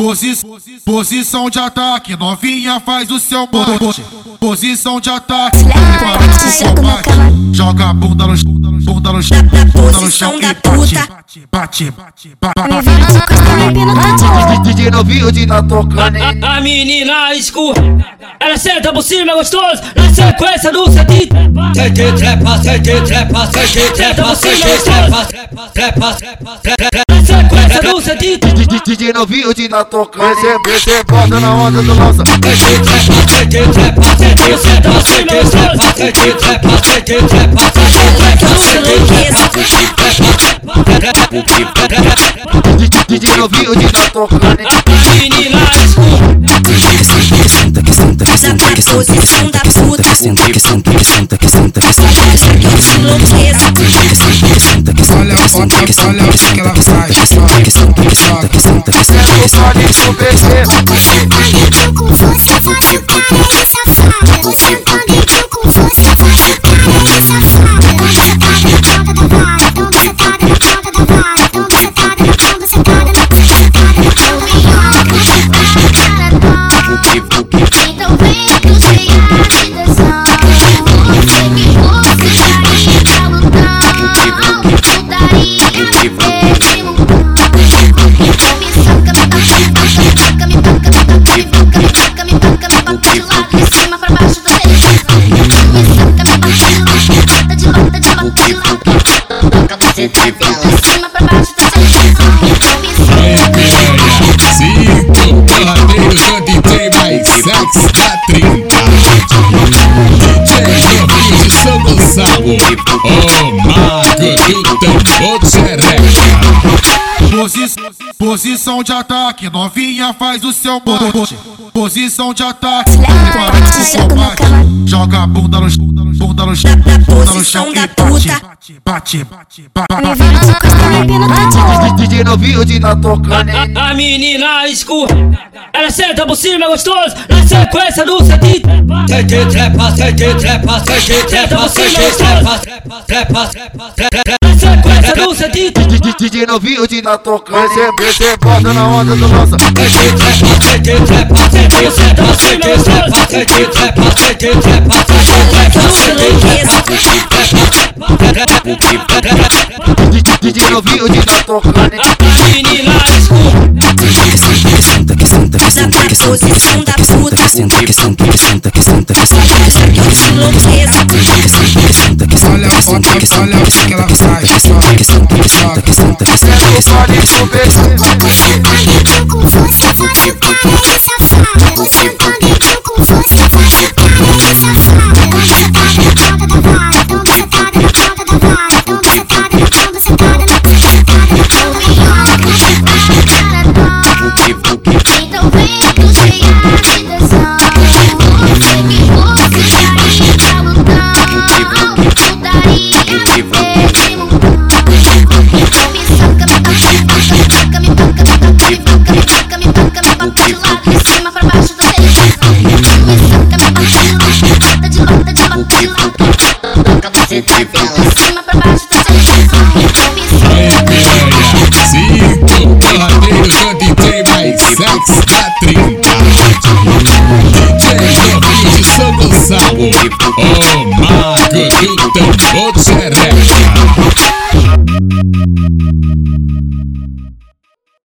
Posi posição de ataque, novinha faz o seu bote. Posição de ataque, bate o combate. Joga a bunda no chão, bunda no chão, bunda no chão e bate, bate, bate, bate. DJ novinho de tá tocando, hein? A menina escorrega, ela senta por cima é gostoso, na sequência do sentido. Sente trepa, sente trepa, sente trepa, sente trepa, trepa, trepa, trepa, trepa. Na sequência do sentido. DJ novinho de tá tocando. Você, você bota na onda do lança. Sente trepa, sente trepa, sente trepa, sente trepa, sente trepa, sente trepa, sente trepa, sente trepa. DJ novinho de tá tocando, hein? A menina escorrega, Olha, olha, olha o que ela faz. Então vem que eu chegar de tesão Você me mostraria pra lutar Putaria até me mudar Me soca, me toca, me toca, me toca, me toca, me toca, me toca, me bota de lado, de cima pra baixo da televisão Me soca, me bota de lado, bota de lado, bota de lado Toca você tá dela, de cima pra baixo da televisão Me soca, me bota Cinco porradeiros do DJ mais sexy da trinta. DJ Novinho de São Gonçalo, o mago do tambor xereca. Posi posição de ataque, novinha faz o seu bote. Posição de ataque, bate o combate. Joga a bunda no chão, bunda no chão, bunda no chão e bate, bate, bate, bate. DJ novinho de tá tocando, hein? a menina escorrega, ela senta por cima é gostoso, na sequência do sentido. Sente trepa, sente trepa, sente trepa, sente trepa, trepa, trepa, trepa, trepa. Na sequência do sentido. DJ novinho de tá tocando, hein? Você, você bota na onda do lança. Sente trepa, sente trepa, sente trepa, sente trepa, sente trepa, sente trepa, sente trepa, sente trepa. DJ novinho de tá tocando, hein? A menina escorrega, Olha, olha, olha o que ela faz. Então vem que eu chegar de tesão Você me mostraria pra lutar Putaria até me mudar Me soca, me toca, me toca, me toca, me toca, me toca, me toca, me toca, me bota de lado, de cima pra baixo da televisão Me soca, me bota de lado, bota de lado, bota de lado, bota de lado Toca você tá dela, de cima pra baixo da televisão Me soca, Cinco porradeiros do DJ mais sexy Oh,